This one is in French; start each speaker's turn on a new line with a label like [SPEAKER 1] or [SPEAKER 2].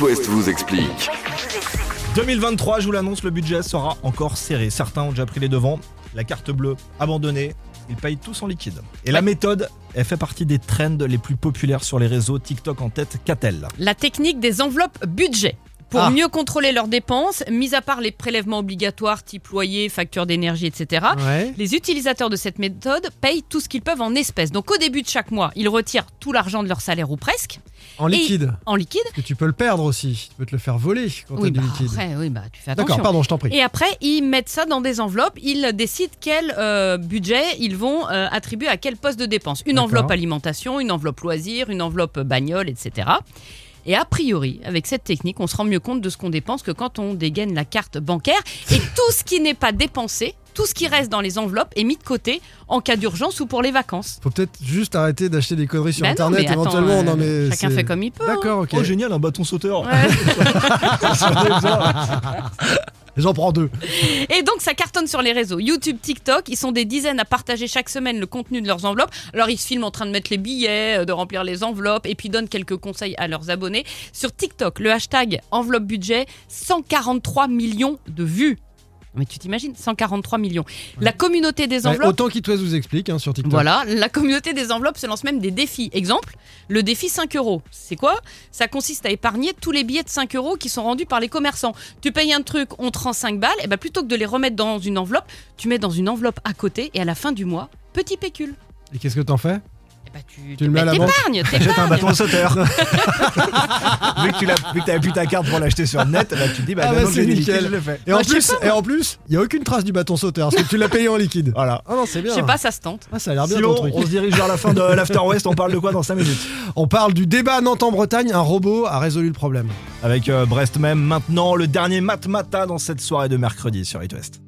[SPEAKER 1] West vous explique.
[SPEAKER 2] 2023, je vous l'annonce, le budget sera encore serré. Certains ont déjà pris les devants. La carte bleue abandonnée, ils payent tous en liquide. Et la méthode, elle fait partie des trends les plus populaires sur les réseaux. TikTok en tête, qu'a-t-elle
[SPEAKER 3] La technique des enveloppes budget. Pour
[SPEAKER 2] Ah.
[SPEAKER 3] mieux contrôler leurs dépenses, mis à part les prélèvements obligatoires type loyer, facture d'énergie, etc.,
[SPEAKER 2] Ouais.
[SPEAKER 3] les utilisateurs de cette méthode payent tout ce qu'ils peuvent en espèces. Donc au début de chaque mois, ils retirent tout l'argent de leur salaire ou presque,
[SPEAKER 4] En
[SPEAKER 3] Et-
[SPEAKER 4] liquide.
[SPEAKER 3] en liquide.
[SPEAKER 4] Parce que tu peux le perdre aussi. Tu peux te le faire voler quand
[SPEAKER 3] Oui,
[SPEAKER 4] t'as
[SPEAKER 3] bah,
[SPEAKER 4] du liquide.
[SPEAKER 3] après, oui, bah, tu fais
[SPEAKER 4] D'accord,
[SPEAKER 3] attention.
[SPEAKER 4] pardon, je t'en prie.
[SPEAKER 3] Et après, ils mettent ça dans des enveloppes. Ils décident quel euh, budget ils vont euh, attribuer à quel poste de dépense. Une
[SPEAKER 4] D'accord.
[SPEAKER 3] enveloppe alimentation, une enveloppe loisirs, une enveloppe bagnole, etc. Et a priori, avec cette technique, on se rend mieux compte de ce qu'on dépense que quand on dégaine la carte bancaire. Et tout ce qui n'est pas dépensé, tout ce qui reste dans les enveloppes est mis de côté en cas d'urgence ou pour les vacances.
[SPEAKER 4] Faut peut-être juste arrêter d'acheter des conneries sur
[SPEAKER 3] Bah non,
[SPEAKER 4] internet
[SPEAKER 3] mais attends,
[SPEAKER 4] éventuellement.
[SPEAKER 3] euh,
[SPEAKER 4] non, mais
[SPEAKER 3] chacun
[SPEAKER 4] c'est-
[SPEAKER 3] fait comme il peut. hein.
[SPEAKER 4] D'accord, ok.
[SPEAKER 2] Oh, génial, un bâton sauteur.
[SPEAKER 3] Ouais.
[SPEAKER 4] J'en prends deux.
[SPEAKER 3] Et donc ça cartonne sur les réseaux. YouTube, TikTok, ils sont des dizaines à partager chaque semaine le contenu de leurs enveloppes. Alors ils se filment en train de mettre les billets, euh, de remplir les enveloppes et puis donnent quelques conseils à leurs abonnés. Sur TikTok, le hashtag enveloppe budget, 143 millions de vues. Mais tu t'imagines 143 millions. La communauté des
[SPEAKER 4] Ouais,
[SPEAKER 3] enveloppes...
[SPEAKER 4] Bah, autant qu'It West vous explique hein, sur TikTok.
[SPEAKER 3] Voilà, la communauté des enveloppes se lance même des défis. Exemple, le défi 5 euros. C'est quoi Ça consiste à épargner tous les billets de 5 euros qui sont rendus par les commerçants. Tu payes un truc, on te rend 5 balles, et ben plutôt que de les remettre dans une enveloppe, tu mets dans une enveloppe à côté, et à la fin du mois, petit pécule.
[SPEAKER 4] Et qu'est-ce que t'en
[SPEAKER 2] Bah,
[SPEAKER 4] fais Ah,
[SPEAKER 3] Et ben tu,
[SPEAKER 4] Tu le mets à
[SPEAKER 3] ben,
[SPEAKER 4] la banque
[SPEAKER 3] t'épargnes,
[SPEAKER 2] Jette un
[SPEAKER 3] t'épargnes.
[SPEAKER 2] bâton sauteur. vu que tu l'as- vu que t'avais plus ta carte pour l'acheter sur le net, là tu te dis, bah,
[SPEAKER 4] Ah bah,
[SPEAKER 2] maintenant que
[SPEAKER 4] c'est
[SPEAKER 2] j'ai des
[SPEAKER 4] nickel.
[SPEAKER 2] liquides, je le fais.
[SPEAKER 4] Et
[SPEAKER 3] Bah,
[SPEAKER 4] en
[SPEAKER 3] je sais
[SPEAKER 4] plus, et en plus, il y a aucune trace du bâton sauteur parce que tu l'as payé en liquide.
[SPEAKER 2] Voilà.
[SPEAKER 4] Ah non, c'est bien.
[SPEAKER 3] Je sais pas, ça se tente.
[SPEAKER 4] Ah, ça a l'air bien
[SPEAKER 2] Simon,
[SPEAKER 4] ton truc.
[SPEAKER 2] on se dirige vers la fin de l'After West, on parle de quoi dans 5 minutes
[SPEAKER 4] On parle du débat à Nantes en Bretagne. Un robot a résolu le problème.
[SPEAKER 2] Avec euh, Brest même maintenant, le dernier matmata dans cette soirée de mercredi sur It West.